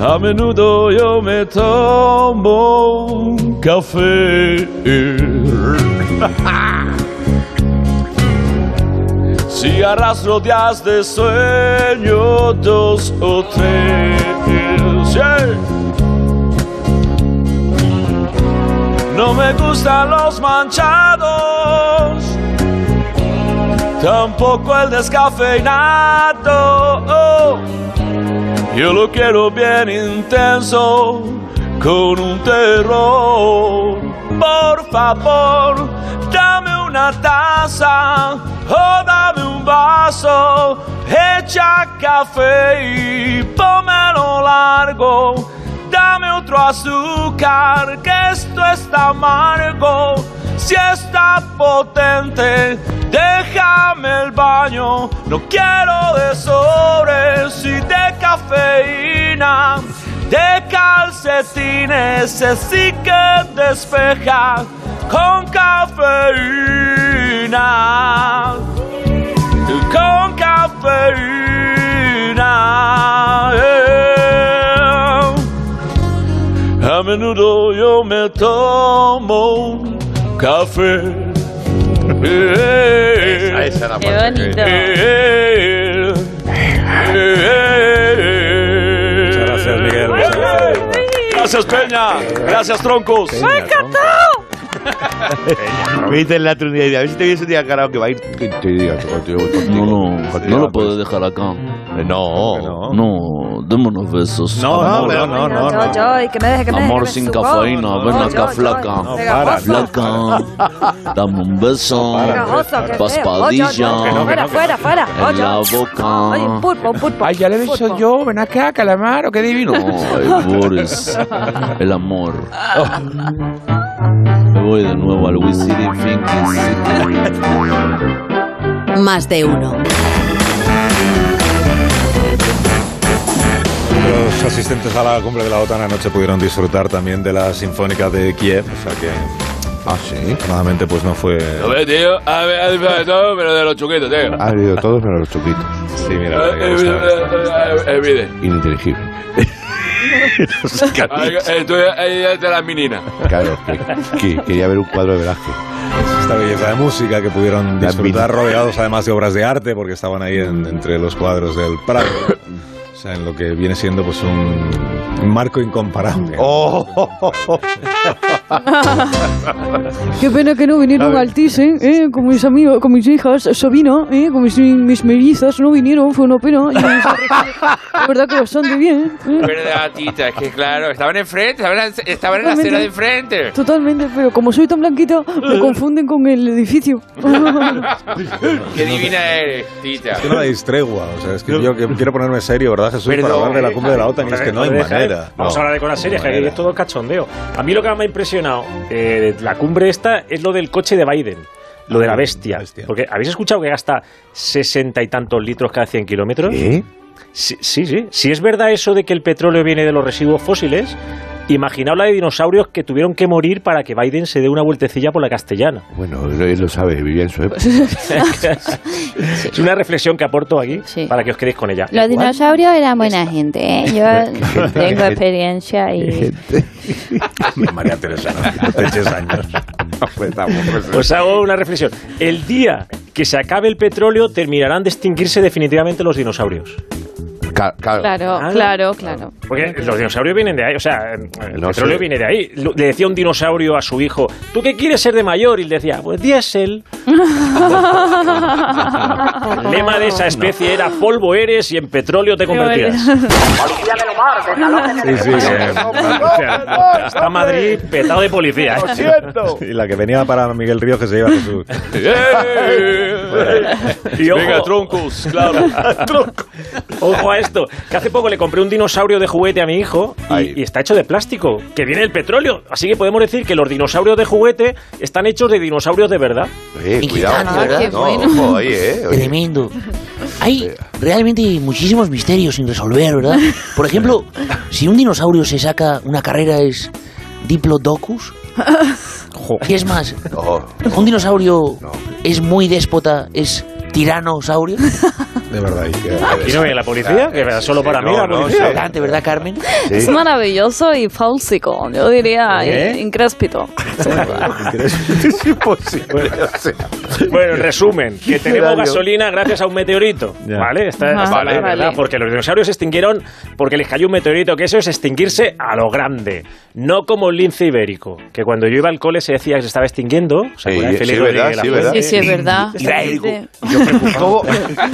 Speaker 10: A menudo yo me tomo un café. Si arrastro días de sueño, dos o tres. yeah. No me gustan los manchados, tampoco el descafeinado. oh. Yo lo quiero bien intenso, con un terror. Por favor, dame una taza o dame un vaso. Echa café y pómelo largo. Dame otro azúcar, que esto está amargo. Si está potente, déjame el baño. No quiero de sobres y de cafeína. De calcetines, así que despeja con cafeína. Con cafeína. eh. A menudo yo me tomo un café. eh. Esa,
Speaker 4: esa la
Speaker 12: Qué parte. bonito.
Speaker 10: Muchas gracias, Miguel. Gracias, Peña. Gracias, Troncos.
Speaker 4: Viste en la trunidad y a ver si te vienes un día carajo que va a ir.
Speaker 5: No, no,
Speaker 1: ah,
Speaker 5: no lo
Speaker 1: pues.
Speaker 5: puedes dejar acá.
Speaker 1: Eh,
Speaker 5: No. No, démonos besos.
Speaker 1: No,
Speaker 5: Amor.
Speaker 1: no, no, no,
Speaker 8: Yo, yo, y que me deje, que me deje.
Speaker 5: Amor
Speaker 8: que me
Speaker 5: sin
Speaker 8: subo.
Speaker 5: cafeína, ven
Speaker 8: No,
Speaker 5: acá
Speaker 8: yo,
Speaker 5: flaca.
Speaker 8: yo, pegajoso.
Speaker 5: flaca, dame un beso.
Speaker 8: Pegajoso, que
Speaker 5: Paspadilla.
Speaker 8: Fuera, fuera, fuera.
Speaker 5: En la
Speaker 8: Oye,
Speaker 5: boca.
Speaker 8: un pulpo, un pulpo.
Speaker 13: Ah. Ay, ya le he dicho yo, ven acá, calamaro, qué divino.
Speaker 5: Ay, Boris, el amor. Me voy de nuevo al Wizard Thinking City.
Speaker 14: Más de uno.
Speaker 1: Los asistentes a la cumbre de la OTAN anoche pudieron disfrutar también de la Sinfónica de Kiev, o sea que... Ah, sí. Afortunadamente pues no fue...
Speaker 7: A ver, tío, a ver, a ver, a ver, no, pero de los chuquitos, tío.
Speaker 4: Ha habido todos menos los chuquitos.
Speaker 1: Sí,
Speaker 7: Eh, eh, eh, eh, eh, mire.
Speaker 4: Ininteligible.
Speaker 7: Ah, eh, tú, eh, eh, de las meninas.
Speaker 4: Claro, que- que- quería ver un cuadro de Velázquez.
Speaker 1: Esta belleza de música que pudieron disfrutar rodeados además de obras de arte porque estaban ahí en- entre los cuadros del Prado. sea, en lo que viene siendo pues un, un marco incomparable.
Speaker 4: Oh.
Speaker 2: Qué pena que no vinieron al TIS, ¿eh? ¿eh? Con mis amigos, con mis hijas, Sabina, ¿eh? Con mis, mis mellizas, no vinieron, fue una pena. Y la verdad que bastante bien. ¿eh?
Speaker 13: ¿Verdad, Tita? Es que claro, estaban enfrente, estaban, en la- estaban
Speaker 8: Pues
Speaker 13: en la acera de enfrente.
Speaker 2: Totalmente, pero como soy tan blanquita, me confunden con el edificio.
Speaker 13: Qué divina eres, Tita.
Speaker 1: Es que no hay tregua, o sea, es que yo que quiero ponerme serio, ¿verdad, Jesús? para hablar de
Speaker 9: eh,
Speaker 1: la cumbre de la OTAN, y es que no hay
Speaker 9: Deja,
Speaker 1: manera.
Speaker 9: Vamos
Speaker 1: No.
Speaker 9: a hablar de cosas serias, que aquí
Speaker 1: manera.
Speaker 9: es todo cachondeo. A mí lo que más me ha impresionado eh, de la cumbre esta es lo del coche de Biden. Lo
Speaker 1: Ah,
Speaker 9: de la bestia. Porque habéis escuchado que gasta sesenta y tantos litros cada 100 kilómetros. Sí, sí, sí. Si es verdad eso de que el petróleo viene de los residuos fósiles, imaginaos la de dinosaurios que tuvieron que morir para que Biden se dé una vueltecilla por la castellana.
Speaker 4: Bueno, él lo sabe, vivía en su época.
Speaker 9: Es una reflexión que aporto aquí para que os quedéis con ella.
Speaker 15: Los dinosaurios eran buena gente, ¿eh?
Speaker 9: Pues
Speaker 15: Yo tengo experiencia y...
Speaker 1: María Teresa, no, te eches años.
Speaker 9: Os Pues hago una reflexión. El día que se acabe el petróleo terminarán de extinguirse definitivamente los dinosaurios.
Speaker 3: Claro,
Speaker 4: Ah.
Speaker 3: claro, claro.
Speaker 9: Porque los dinosaurios vienen de ahí, o sea, el
Speaker 4: No
Speaker 9: petróleo
Speaker 4: sé.
Speaker 9: viene de ahí. Lo- Le decía un dinosaurio a su hijo, ¿tú qué quieres ser de mayor? Y le decía, pues diésel. El lema de esa especie era polvo eres y en petróleo te convertirás.
Speaker 1: Sí, sí,
Speaker 9: Está Madrid petado de policía. ¿eh?
Speaker 1: Y la que venía para Miguel Ríos que se lleva Jesús.
Speaker 9: Y ojo-
Speaker 10: Venga, troncos, claro.
Speaker 9: Ojo a esto, que hace poco le compré un dinosaurio de juguete a mi hijo y, y está hecho de plástico, que viene del petróleo. Así que podemos decir que los dinosaurios de juguete están hechos de dinosaurios de verdad.
Speaker 4: Eh, cuidado, ¿verdad? No, ojo, oye, eh, oye.
Speaker 16: Tremendo. Hay realmente muchísimos misterios sin resolver, ¿verdad? Por ejemplo, si un dinosaurio se saca una carrera es Diplodocus. Y es más, un dinosaurio es muy déspota, es tiranosaurio.
Speaker 1: De verdad. Ah,
Speaker 9: Aquí no viene la policía, que era solo para mí la policía.
Speaker 16: Adelante, ¿verdad, Carmen?
Speaker 15: Es maravilloso y falsico, yo diría
Speaker 9: ¿Eh?
Speaker 15: in- incréspito.
Speaker 4: es imposible. o sea.
Speaker 9: Bueno, en resumen, que tenemos
Speaker 4: Horario.
Speaker 9: gasolina gracias a un meteorito. ¿Vale? Está,
Speaker 4: Ajá.
Speaker 9: está
Speaker 4: Vale.
Speaker 9: la verdad,
Speaker 4: Vale.
Speaker 9: porque los dinosaurios se extinguieron porque les cayó un meteorito, que eso es extinguirse a lo grande. No como el lince ibérico, que cuando yo iba al cole se decía que se estaba extinguiendo. ¿Se acuerdan de
Speaker 4: sí,
Speaker 9: Félix
Speaker 4: verdad,
Speaker 9: Rodríguez de la
Speaker 4: sí,
Speaker 9: Fuente?
Speaker 4: verdad. Sí, sí, es
Speaker 15: verdad.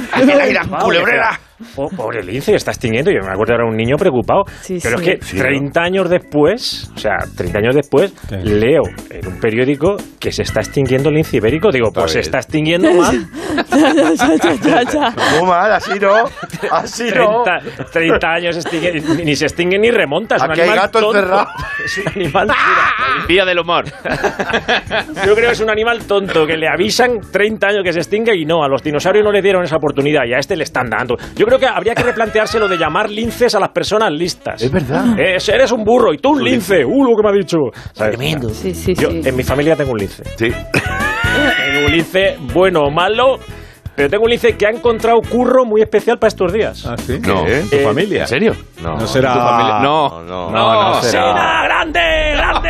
Speaker 9: culebrera! Pobre oh, lince, está extinguiendo. Yo me acuerdo era un niño preocupado. Pero
Speaker 15: sí.
Speaker 9: es que
Speaker 15: Sí,
Speaker 9: 30 años después, o sea, 30 años después, leo en un periódico que se está extinguiendo el lince ibérico. Digo, pues se
Speaker 4: bien.
Speaker 9: está extinguiendo más.
Speaker 4: No mal, así no. Así no.
Speaker 9: 30, 30 años extingue- ni- ni se extingue ni remonta. Es un
Speaker 4: Aquí hay
Speaker 9: animal
Speaker 4: gato
Speaker 9: tonto.
Speaker 4: encerrado.
Speaker 9: Es un animal. Vía del humor. Yo creo que es un animal tonto que le avisan 30 años que se extingue y no. A los dinosaurios no le dieron esa oportunidad y a este le están dando. Yo creo que habría que replantearse lo de llamar linces a las personas listas. Es
Speaker 16: verdad.
Speaker 9: eres un burro y tú un lince. Uh, lo que me ha dicho. ¿Sabes?
Speaker 16: Tremendo. Sí, sí,
Speaker 9: Yo,
Speaker 16: sí.
Speaker 9: En mi familia tengo un lince. Sí. Uh, Tengo un lince bueno o malo. Pero tengo un lince que ha encontrado curro muy especial para estos días.
Speaker 1: ¿Ah, sí?
Speaker 4: No.
Speaker 9: ¿Qué?
Speaker 4: ¿Tu
Speaker 9: Eh,
Speaker 4: familia? ¿En serio? No.
Speaker 1: No será-
Speaker 4: ¿Tu familia? No.
Speaker 1: No, no será.
Speaker 9: será ¡Ah, grande, grande.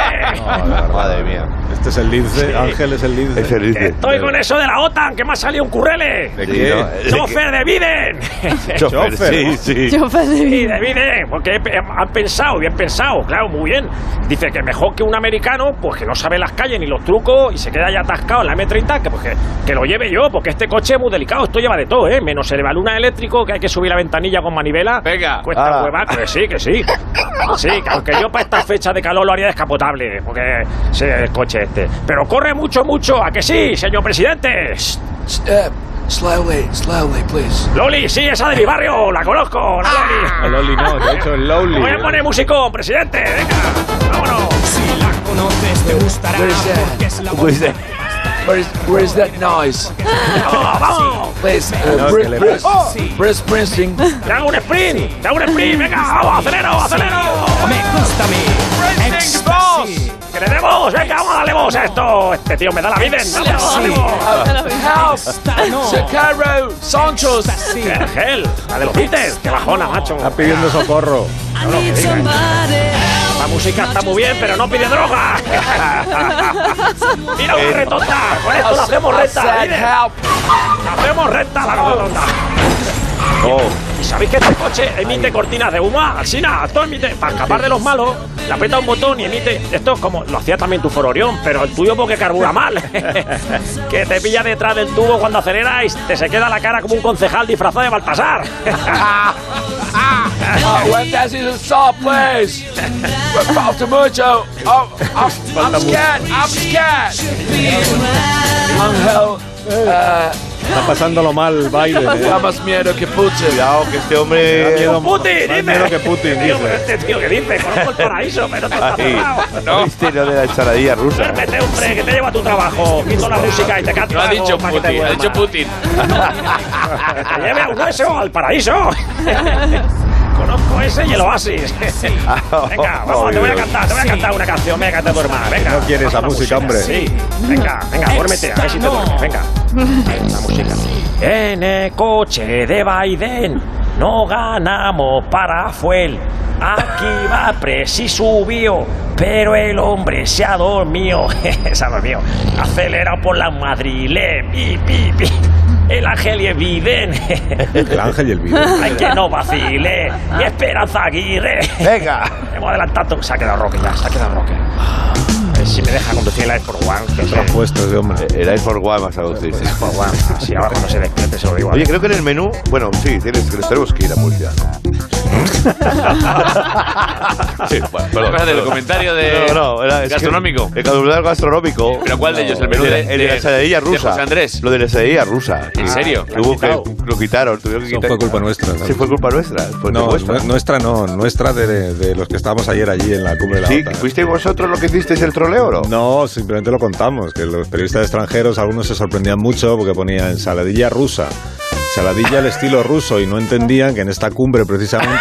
Speaker 4: Madre mía.
Speaker 1: Este es el lince, Ángel es el lince. Es el lince.
Speaker 9: Estoy con eso de la OTAN, que me ha salido un currele.
Speaker 1: ¿De qué?
Speaker 9: ¡Chofer de Biden!
Speaker 1: Chofer, sí, sí.
Speaker 15: Chofer de
Speaker 9: Sí, de Biden, porque he- han pensado, bien pensado, claro, muy bien. Dice que mejor que un americano, pues que no sabe las calles ni los trucos y se queda ya atascado en la M30, que, pues que, que lo lleve yo, porque este coche es muy delicado, esto lleva de todo, ¿eh? Menos el luna eléctrico, que hay que subir la ventanilla con manivela. Venga. Cuesta
Speaker 4: Ah.
Speaker 9: hueva, que sí, que sí. Sí, que aunque yo para esta fecha de calor lo haría descapotable, porque sí, el coche este. Pero corre mucho, mucho, ¿a que sí, señor presidente?
Speaker 17: Step, slowly, slowly, please.
Speaker 9: Loli, sí, esa de mi barrio, la conozco, la
Speaker 17: Loli
Speaker 9: Loli.
Speaker 17: no, de hecho el Loli.
Speaker 9: Voy a poner musicón, presidente. Venga,
Speaker 17: Where is that? Where is that? Where is, where is that noise? Please,
Speaker 9: No,
Speaker 17: uh,
Speaker 9: que
Speaker 17: pre
Speaker 9: le
Speaker 17: press, press printing.
Speaker 9: Te hago un sprint, te hago un sprint, venga, vamos, acelero, acelero. Me gusta mi ecstasy. Que le demos, venga, vamos a darle voz a esto. Este tío me da la vida, dale voz, dale voz.
Speaker 17: Shakaro, Sancho.
Speaker 9: Ángel, la de los Beatles, qué bajona, macho.
Speaker 1: Está pidiendo socorro.
Speaker 9: La música está muy bien, pero no pide droga. Mira
Speaker 1: Eh,
Speaker 9: una retonta, con esto la hacemos recta, líder. La hacemos recta la retonta.
Speaker 1: Oh.
Speaker 9: ¿Y sabéis que este coche emite cortinas de humo? Así nada, esto emite. Para escapar de los malos, le aprieta un botón y emite. Esto es como lo hacía también tu Fororión, pero el tuyo porque carbura mal. que te pilla detrás del tubo cuando aceleráis, te se queda la cara como un concejal disfrazado de Baltasar.
Speaker 1: Ah,
Speaker 17: Oh, well, this is a soft place. But falta mucho. Oh, I'm, I'm scared. I'm scared. Ángel.
Speaker 1: Ah.
Speaker 17: Uh,
Speaker 1: Está pasándolo mal, baile.
Speaker 17: da más miedo que Putin.
Speaker 4: Cuidado, que este hombre.
Speaker 1: Da miedo-
Speaker 17: Putin,
Speaker 1: da
Speaker 17: dime.
Speaker 1: miedo que Putin,
Speaker 17: Tío,
Speaker 1: dice.
Speaker 9: Este tío que dice, conozco el paraíso, pero esto está
Speaker 4: Ahí.
Speaker 9: cerrado.
Speaker 4: Ah, ¿Viste lo de la ensaladilla rusa?
Speaker 9: Vete, hombre, que te llevo a tu trabajo. Quito la música y te canto. Lo ha dicho Putin,
Speaker 17: ha dicho
Speaker 9: Putin. te lleve a un hueso al paraíso. Conozco ese y el oasis. Venga, vamos, te voy a cantar, te voy a cantar una canción. Venga, que te duerma, venga.
Speaker 1: No quieres la música, hombre.
Speaker 9: Sí, venga, venga, duérmete, a ver si te duermes, venga. La música. En el coche de Biden no ganamos para Fuel. Aquí va Presi subió, pero el hombre se ha dormido. se ha dormido. Acelerado por la madrile. Pi, pi, pi. El ángel y el Biden.
Speaker 1: El ángel y el vidente.
Speaker 9: Ay, que no vacile. Y Esperanza Aguirre. Venga. Hemos adelantado. Se ha quedado Roque ya, se ha quedado Roque. A ver si me deja conducir el Air Force One. Que
Speaker 1: Los puestos de hombre.
Speaker 4: Eh, El Air Force One vas a conducir. sí.
Speaker 9: Si ahora cuando se despierte se lo digo. a
Speaker 4: Oye,
Speaker 9: él.
Speaker 4: creo que en el menú. Bueno, sí, tienes, tenemos que ir a publicidad. Sí, bueno, perdón,
Speaker 18: Acuérdate del
Speaker 4: perdón.
Speaker 18: comentario de-
Speaker 4: No, no, era- es que-
Speaker 18: gastronómico.
Speaker 4: el comentario gastronómico.
Speaker 18: ¿Pero cuál de ellos? ¿El menú
Speaker 4: de,
Speaker 18: de-
Speaker 4: el de la
Speaker 18: de-
Speaker 4: ensaladilla
Speaker 18: de
Speaker 4: rusa?
Speaker 18: José Andrés?
Speaker 4: Lo de la ensaladilla rusa.
Speaker 18: ¿En
Speaker 4: Ah,
Speaker 18: serio?
Speaker 4: que hubo que- lo quitaron. Tuvieron que
Speaker 1: Eso
Speaker 4: quitar.
Speaker 1: fue culpa nuestra.
Speaker 4: Sí, fue culpa nuestra. Pues
Speaker 1: no,
Speaker 4: de vuestra.
Speaker 1: nue- nuestra no, nuestra de, de los que estábamos ayer allí en la cumbre de la
Speaker 4: Sí,
Speaker 1: OTAN.
Speaker 4: ¿fuisteis vosotros lo que hicisteis el troleo o no?
Speaker 1: No, simplemente lo contamos, que los periodistas extranjeros algunos se sorprendían mucho porque ponía ensaladilla rusa, ensaladilla al estilo ruso y no entendían que en esta cumbre precisamente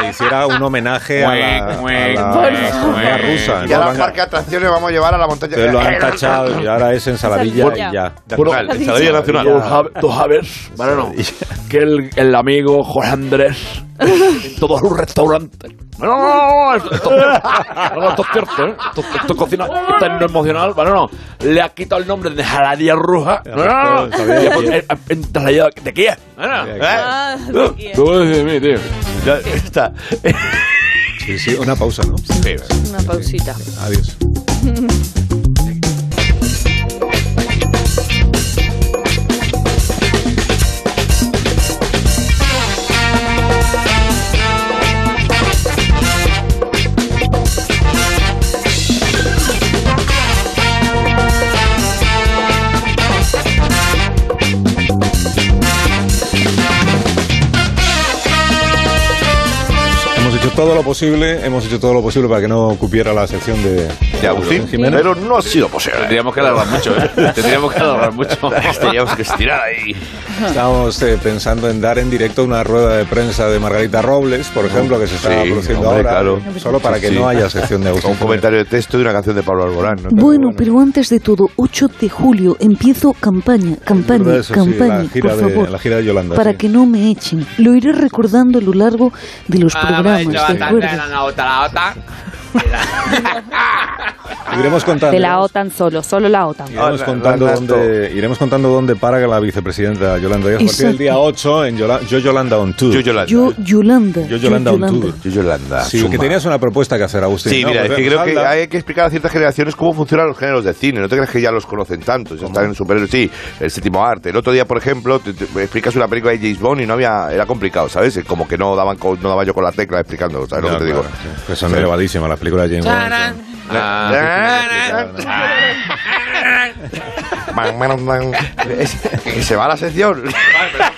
Speaker 1: se hiciera un homenaje a la, a la- a la rusa.
Speaker 4: Y
Speaker 1: ¿no?
Speaker 4: a la
Speaker 1: Van a-
Speaker 4: parque de atracciones vamos a llevar a la montaña.
Speaker 1: entonces lo han tachado y ahora es ensaladilla y ya.
Speaker 4: Bueno, ensaladilla nacional.
Speaker 17: Tú, sab- tú sabes, bueno, que el, el amigo Jorge Andrés en todos los restaurantes. No, no, no, no, esto, esto es cierto. No, no, esto es cierto, ¿eh? Esto, esto es cocina, esto es no emocional. Bueno, no, le ha quitado el nombre de Jaladía Ruja. No, no, no.
Speaker 4: Ensaladilla
Speaker 17: Le
Speaker 4: de
Speaker 17: ha puesto-
Speaker 4: Kiev.
Speaker 17: eh, eh, Ensaladilla de Kiev. No, no.
Speaker 4: Ah,
Speaker 17: ¿Eh? Tú dices de mí, tío.
Speaker 4: Ya está.
Speaker 1: Sí, sí, una pausa, ¿no?
Speaker 3: Una pausita.
Speaker 1: Adiós. Hemos hecho todo lo posible, hemos hecho todo lo posible para que no ocupiera la sección de,
Speaker 4: de Agustín,
Speaker 1: Jiménez.
Speaker 4: pero no ha sido posible.
Speaker 18: Tendríamos que alargar mucho, ¿eh? Tendríamos que alargar mucho.
Speaker 4: Teníamos que estirar ahí.
Speaker 1: Estábamos eh, pensando en dar en directo una rueda de prensa de Margarita Robles, por ejemplo, que se está
Speaker 4: Sí,
Speaker 1: produciendo
Speaker 4: hombre,
Speaker 1: ahora, ¿eh?
Speaker 4: claro.
Speaker 1: solo para que
Speaker 4: Sí, sí.
Speaker 1: no haya sección de Agustín.
Speaker 4: Un comentario de texto y una canción de Pablo Alborán. ¿no?
Speaker 2: Bueno, pero antes de todo, 8 de julio empiezo campaña, campaña,
Speaker 1: ¿Verdad? Eso sí,
Speaker 2: campaña,
Speaker 1: la gira
Speaker 2: por
Speaker 1: de-
Speaker 2: favor,
Speaker 1: la gira de Yolanda,
Speaker 2: para
Speaker 1: sí.
Speaker 2: que no me echen. Lo iré recordando a lo largo de los programas, ¿de acuerdo?
Speaker 1: Iremos contando.
Speaker 15: De la OTAN solo, solo la OTAN.
Speaker 1: Iremos
Speaker 4: Ah,
Speaker 1: contando, dónde, iremos contando dónde para la vicepresidenta Yolanda Díaz. A partir del
Speaker 2: Exacto.
Speaker 1: día 8 en Yola- Yo Yolanda on Tour. Yo Yolanda.
Speaker 2: Yo, Yolanda.
Speaker 1: Yo Yolanda on Tour.
Speaker 4: Yo Yolanda.
Speaker 1: Sí, que tenías una propuesta que hacer, Agustín.
Speaker 4: Sí,
Speaker 1: Pues ¿no?
Speaker 4: mira, es
Speaker 1: Porque
Speaker 4: que creo que
Speaker 1: Yolanda-
Speaker 4: hay que explicar a ciertas generaciones cómo funcionan los géneros de cine. No te crees que ya los conocen tanto, ya están en superhéroes. Sí, el séptimo arte. El otro día, por ejemplo, te, te- me explicas una película de James Bond y no había, era complicado, ¿sabes? Como que no daban, con- no daba yo con la tecla explicando, ¿sabes lo
Speaker 1: Ya,
Speaker 4: que te
Speaker 1: claro,
Speaker 4: digo?
Speaker 1: sí, que son
Speaker 4: Sí.
Speaker 1: elevadísimas las películas de James Bond.
Speaker 4: Man, man, man. Es- Se va la sección.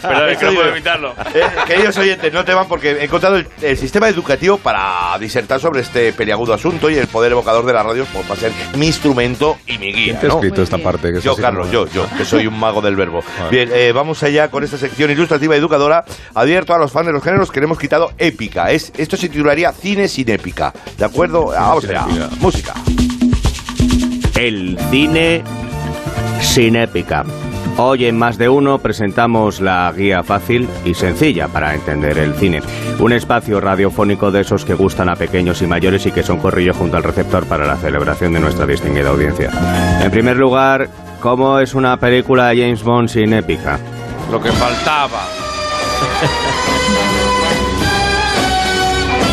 Speaker 18: Pero es que no puedo
Speaker 4: Eso digo.
Speaker 18: evitarlo.
Speaker 4: Eh, queridos oyentes, no te van porque he encontrado el, el sistema educativo para disertar sobre este peliagudo asunto y el poder evocador de las radios pues, va a ser mi instrumento y mi guía.
Speaker 1: ¿Quién te ha
Speaker 4: ¿no?
Speaker 1: escrito esta parte? Que es
Speaker 4: Yo,
Speaker 1: así
Speaker 4: Carlos,
Speaker 1: como-
Speaker 4: yo, yo, que soy un mago del verbo. Bien, eh, vamos allá con esta sección ilustrativa y educadora. Abierto a los fans de los géneros que le hemos quitado épica. Es, esto se titularía Cine sin épica. ¿De acuerdo? Ah, Vamos allá. Música.
Speaker 19: El cine sin épica. Hoy en Más de Uno presentamos la guía fácil y sencilla para entender el cine. Un espacio radiofónico de esos que gustan a pequeños y mayores y que son corrillo junto al receptor para la celebración de nuestra distinguida audiencia. En primer lugar, ¿cómo es una película de James Bond sin épica?
Speaker 18: Lo que faltaba.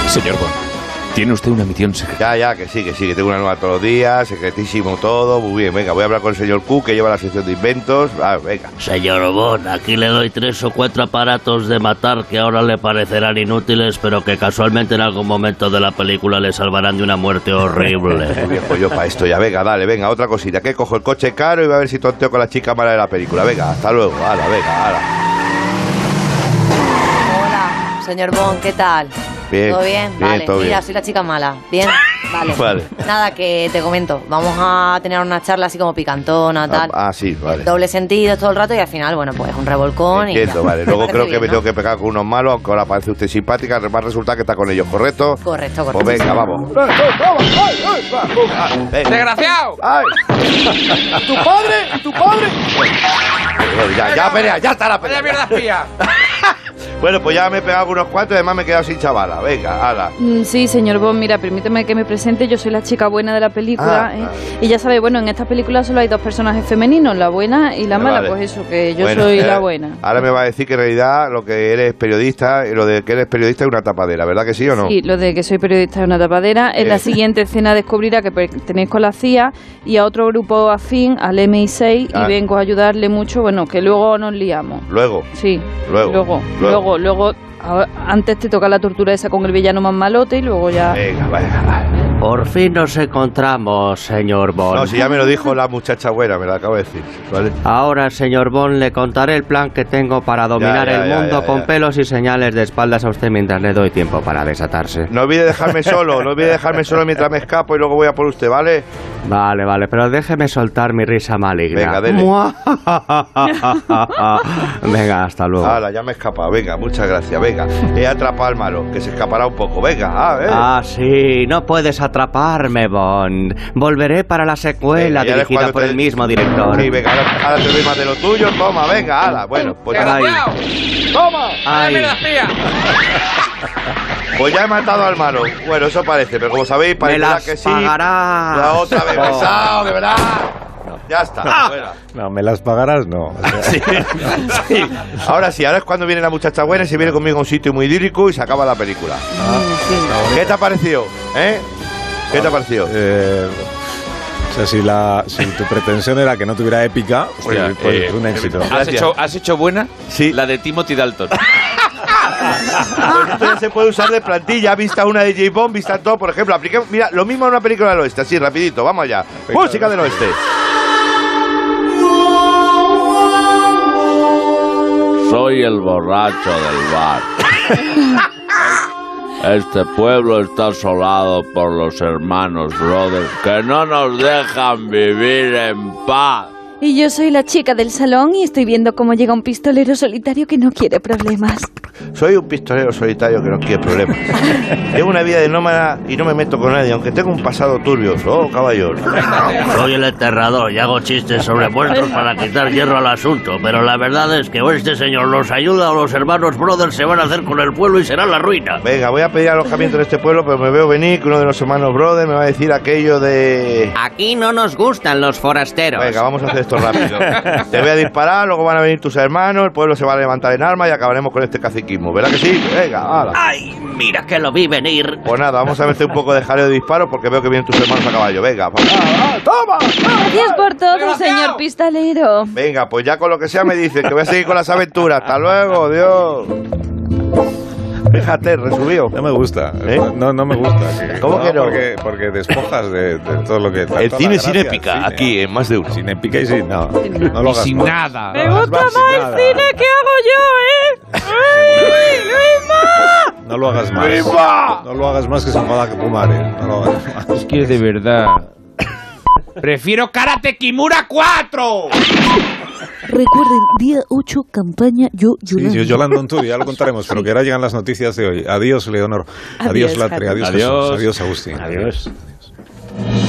Speaker 4: Señor Bond, tiene usted una misión secreta. Ya, ya, que sí, que sí, que tengo una nueva todos los días, secretísimo todo. Muy bien, venga, voy a hablar con el señor Q, que lleva la sección de inventos. Ah, venga.
Speaker 20: Señor Bond, aquí le doy tres o cuatro aparatos de matar que ahora le parecerán inútiles, pero que casualmente en algún momento de la película le salvarán de una muerte horrible.
Speaker 4: Muy viejo pues yo para esto, ya, venga, dale, venga, otra cosita. Que cojo el coche caro y voy a ver si tonteo con la chica mala de la película. Venga, hasta luego, ala, venga, ala.
Speaker 21: Hola, señor Bon, ¿qué tal?
Speaker 4: Bien,
Speaker 21: ¿Todo bien?
Speaker 4: bien,
Speaker 21: vale,
Speaker 4: todo
Speaker 21: mira,
Speaker 4: bien.
Speaker 21: soy la chica mala. Bien, vale.
Speaker 4: Vale.
Speaker 21: Nada, que te comento. Vamos a tener una charla así como picantona,
Speaker 4: Ah,
Speaker 21: tal.
Speaker 4: ah, sí, vale.
Speaker 21: Doble sentido todo el rato y al final, bueno, pues un revolcón
Speaker 4: Entiendo,
Speaker 21: y. ya.
Speaker 4: vale. Luego
Speaker 21: Parece
Speaker 4: creo que
Speaker 21: bien,
Speaker 4: me
Speaker 21: ¿no?
Speaker 4: tengo que pegar con unos malos, aunque ahora parece usted simpática, va a resultar que está con ellos, ¿correcto?
Speaker 21: Correcto, correcto.
Speaker 4: Pues venga, vamos.
Speaker 13: ¡Desgraciado!
Speaker 4: ¡Tu
Speaker 13: padre! ¡Tu padre!
Speaker 4: Ya, ya, pelea, ya está la pelea.
Speaker 13: ¡Vaya mierda espía!
Speaker 4: Bueno, pues ya me he pegado con unos cuantos y además me he quedado sin chavala. Venga, ala.
Speaker 3: Mm, Sí, señor Bond, mira, permíteme que me presente. Yo soy la chica buena de la película.
Speaker 4: Ah,
Speaker 3: ¿eh?
Speaker 4: ah.
Speaker 3: Y ya sabéis, bueno, en esta película solo hay dos personajes femeninos, la buena y la
Speaker 4: Ah, Vale.
Speaker 3: mala. Pues eso, que yo
Speaker 4: Bueno,
Speaker 3: soy
Speaker 4: eh,
Speaker 3: la buena.
Speaker 4: Ahora me va a decir que en realidad lo que eres periodista, eh, lo de que eres periodista es una tapadera, ¿verdad que sí o no?
Speaker 3: Sí, lo de que soy periodista es una tapadera. En
Speaker 4: Eh.
Speaker 3: la siguiente escena descubrirá que pertenezco a la CIA y a otro grupo afín, al MI6,
Speaker 4: Ah.
Speaker 3: y vengo a ayudarle mucho. Bueno, que luego nos liamos.
Speaker 4: Luego.
Speaker 3: Sí.
Speaker 4: Luego.
Speaker 3: Luego, luego, luego, a- antes te toca la tortura esa con el villano más malote y luego ya.
Speaker 4: Venga, vaya.
Speaker 20: Por fin nos encontramos, señor Bond.
Speaker 4: No, si ya me lo dijo la muchacha buena, me lo acabo de decir. ¿vale?
Speaker 20: Ahora, señor Bond, le contaré el plan que tengo para dominar
Speaker 4: ya,
Speaker 20: el
Speaker 4: ya,
Speaker 20: mundo
Speaker 4: ya,
Speaker 20: con
Speaker 4: ya.
Speaker 20: pelos y señales de espaldas a usted mientras le doy tiempo para desatarse.
Speaker 4: No olvide dejarme solo, no olvide dejarme solo mientras me escapo y luego voy a por usted, ¿vale?
Speaker 20: Vale, vale, pero déjeme soltar mi risa maligna.
Speaker 4: Venga, dele.
Speaker 20: Mua. Venga, hasta luego.
Speaker 4: Hala, ya me he escapado, venga, muchas gracias, venga. He atrapado al malo, que se escapará un poco, venga, ah, eh.
Speaker 20: Ah, sí, no puedes atraparme, Bond. Volveré para la secuela
Speaker 4: Venga, ya ves
Speaker 20: dirigida
Speaker 4: cuando
Speaker 20: por
Speaker 4: te-
Speaker 20: el mismo director.
Speaker 4: Sí, venga, ahora, ahora te doy más de lo tuyo, toma, venga, ala. Bueno, pues ya,
Speaker 20: Desgraciado.
Speaker 4: ¡Toma!
Speaker 20: Ay.
Speaker 4: Pues ya he matado al malo. Bueno, eso parece, pero como sabéis,
Speaker 20: Me
Speaker 4: parece
Speaker 20: las
Speaker 4: que sí.
Speaker 20: pagarás.
Speaker 4: La otra vez,
Speaker 20: Oh.
Speaker 17: Ah.
Speaker 4: pesado, de verdad. Ya está,
Speaker 1: Ah.
Speaker 4: fuera.
Speaker 1: No, me las pagarás, no. O sea,
Speaker 4: Sí. Ahora sí, ahora es cuando viene la muchacha buena y se viene conmigo a un sitio muy idílico y se acaba la película. ¿Qué te ha parecido? ¿Eh? ¿Qué te ha parecido?
Speaker 1: eh, o sea, si, la, si tu pretensión era que no tuviera épica, pues,
Speaker 18: Hostia,
Speaker 1: pues,
Speaker 18: eh,
Speaker 1: un éxito.
Speaker 18: ¿Has hecho, ¿Has hecho buena? Sí. La de Timothy Dalton.
Speaker 4: Porque Pues esto ya se puede usar de plantilla, vista una de J. Bond, vista todo, por ejemplo. Apliquemos, mira, lo mismo en una película del oeste, así, rapidito, vamos allá. Música del oeste.
Speaker 17: Soy el borracho del bar. Este pueblo está asolado por los hermanos brothers que no nos dejan vivir en paz.
Speaker 22: Y yo soy la chica del salón y estoy viendo cómo llega un pistolero solitario que no quiere problemas.
Speaker 4: Soy un pistolero solitario que no quiere problemas. Llevo una vida de nómada y no me meto con nadie, aunque tengo un pasado turbio. Oh, caballo.
Speaker 20: Soy el enterrador y hago chistes sobre muertos para quitar hierro al asunto, pero la verdad es que o este señor nos ayuda o los hermanos Brothers se van a hacer con el pueblo y será la ruina.
Speaker 4: Venga, voy a pedir alojamiento en este pueblo, pero me veo venir que uno de los hermanos Brothers me va a decir aquello de...
Speaker 20: Aquí no nos gustan los forasteros.
Speaker 4: Venga, vamos a hacer esto rápido. Te voy a disparar, luego van a venir tus hermanos, el pueblo se va a levantar en armas y acabaremos con este caciquismo. ¿Verdad que sí? Venga, hala.
Speaker 20: ¡Ay, mira que lo vi venir!
Speaker 4: Pues nada, vamos a verte un poco de jaleo de disparos porque veo que vienen tus hermanos a caballo. Venga, va.
Speaker 22: ¡Toma! Gracias por todo, señor pistolero.
Speaker 4: venga, pues ya con lo que sea me dices que voy a seguir con las aventuras. Hasta luego, Dios. Fíjate, resumido.
Speaker 1: No me gusta. No, no me gusta.
Speaker 4: ¿Eh? ¿Cómo que no?
Speaker 1: Porque, porque despojas de, de todo lo que...
Speaker 4: El cine sin
Speaker 1: épica, aquí,
Speaker 4: en más de uno.
Speaker 1: Sin épica y sin... No, no lo
Speaker 17: Y
Speaker 1: hagas
Speaker 17: sin
Speaker 1: más.
Speaker 17: nada.
Speaker 12: Me gusta más el cine que hago yo, ¿eh? ¡Ay, Luisma!
Speaker 1: No lo hagas más.
Speaker 12: ¡Viva!
Speaker 1: No lo hagas más que se enfada que Pumare. No lo hagas más.
Speaker 13: Es que de verdad.
Speaker 17: Prefiero Karate Kimura 4.
Speaker 22: Recuerden, día 8, campaña Yo
Speaker 1: Sí,
Speaker 22: Yolanda.
Speaker 1: yo, Yolanda Antú, ya lo contaremos, pero que ahora llegan las noticias de hoy. Adiós, Leonor. Adiós,
Speaker 22: Adiós,
Speaker 1: Latre.
Speaker 22: Javi.
Speaker 1: Adiós, Jesús.
Speaker 13: Adiós.
Speaker 1: Adiós, Agustín. Adiós.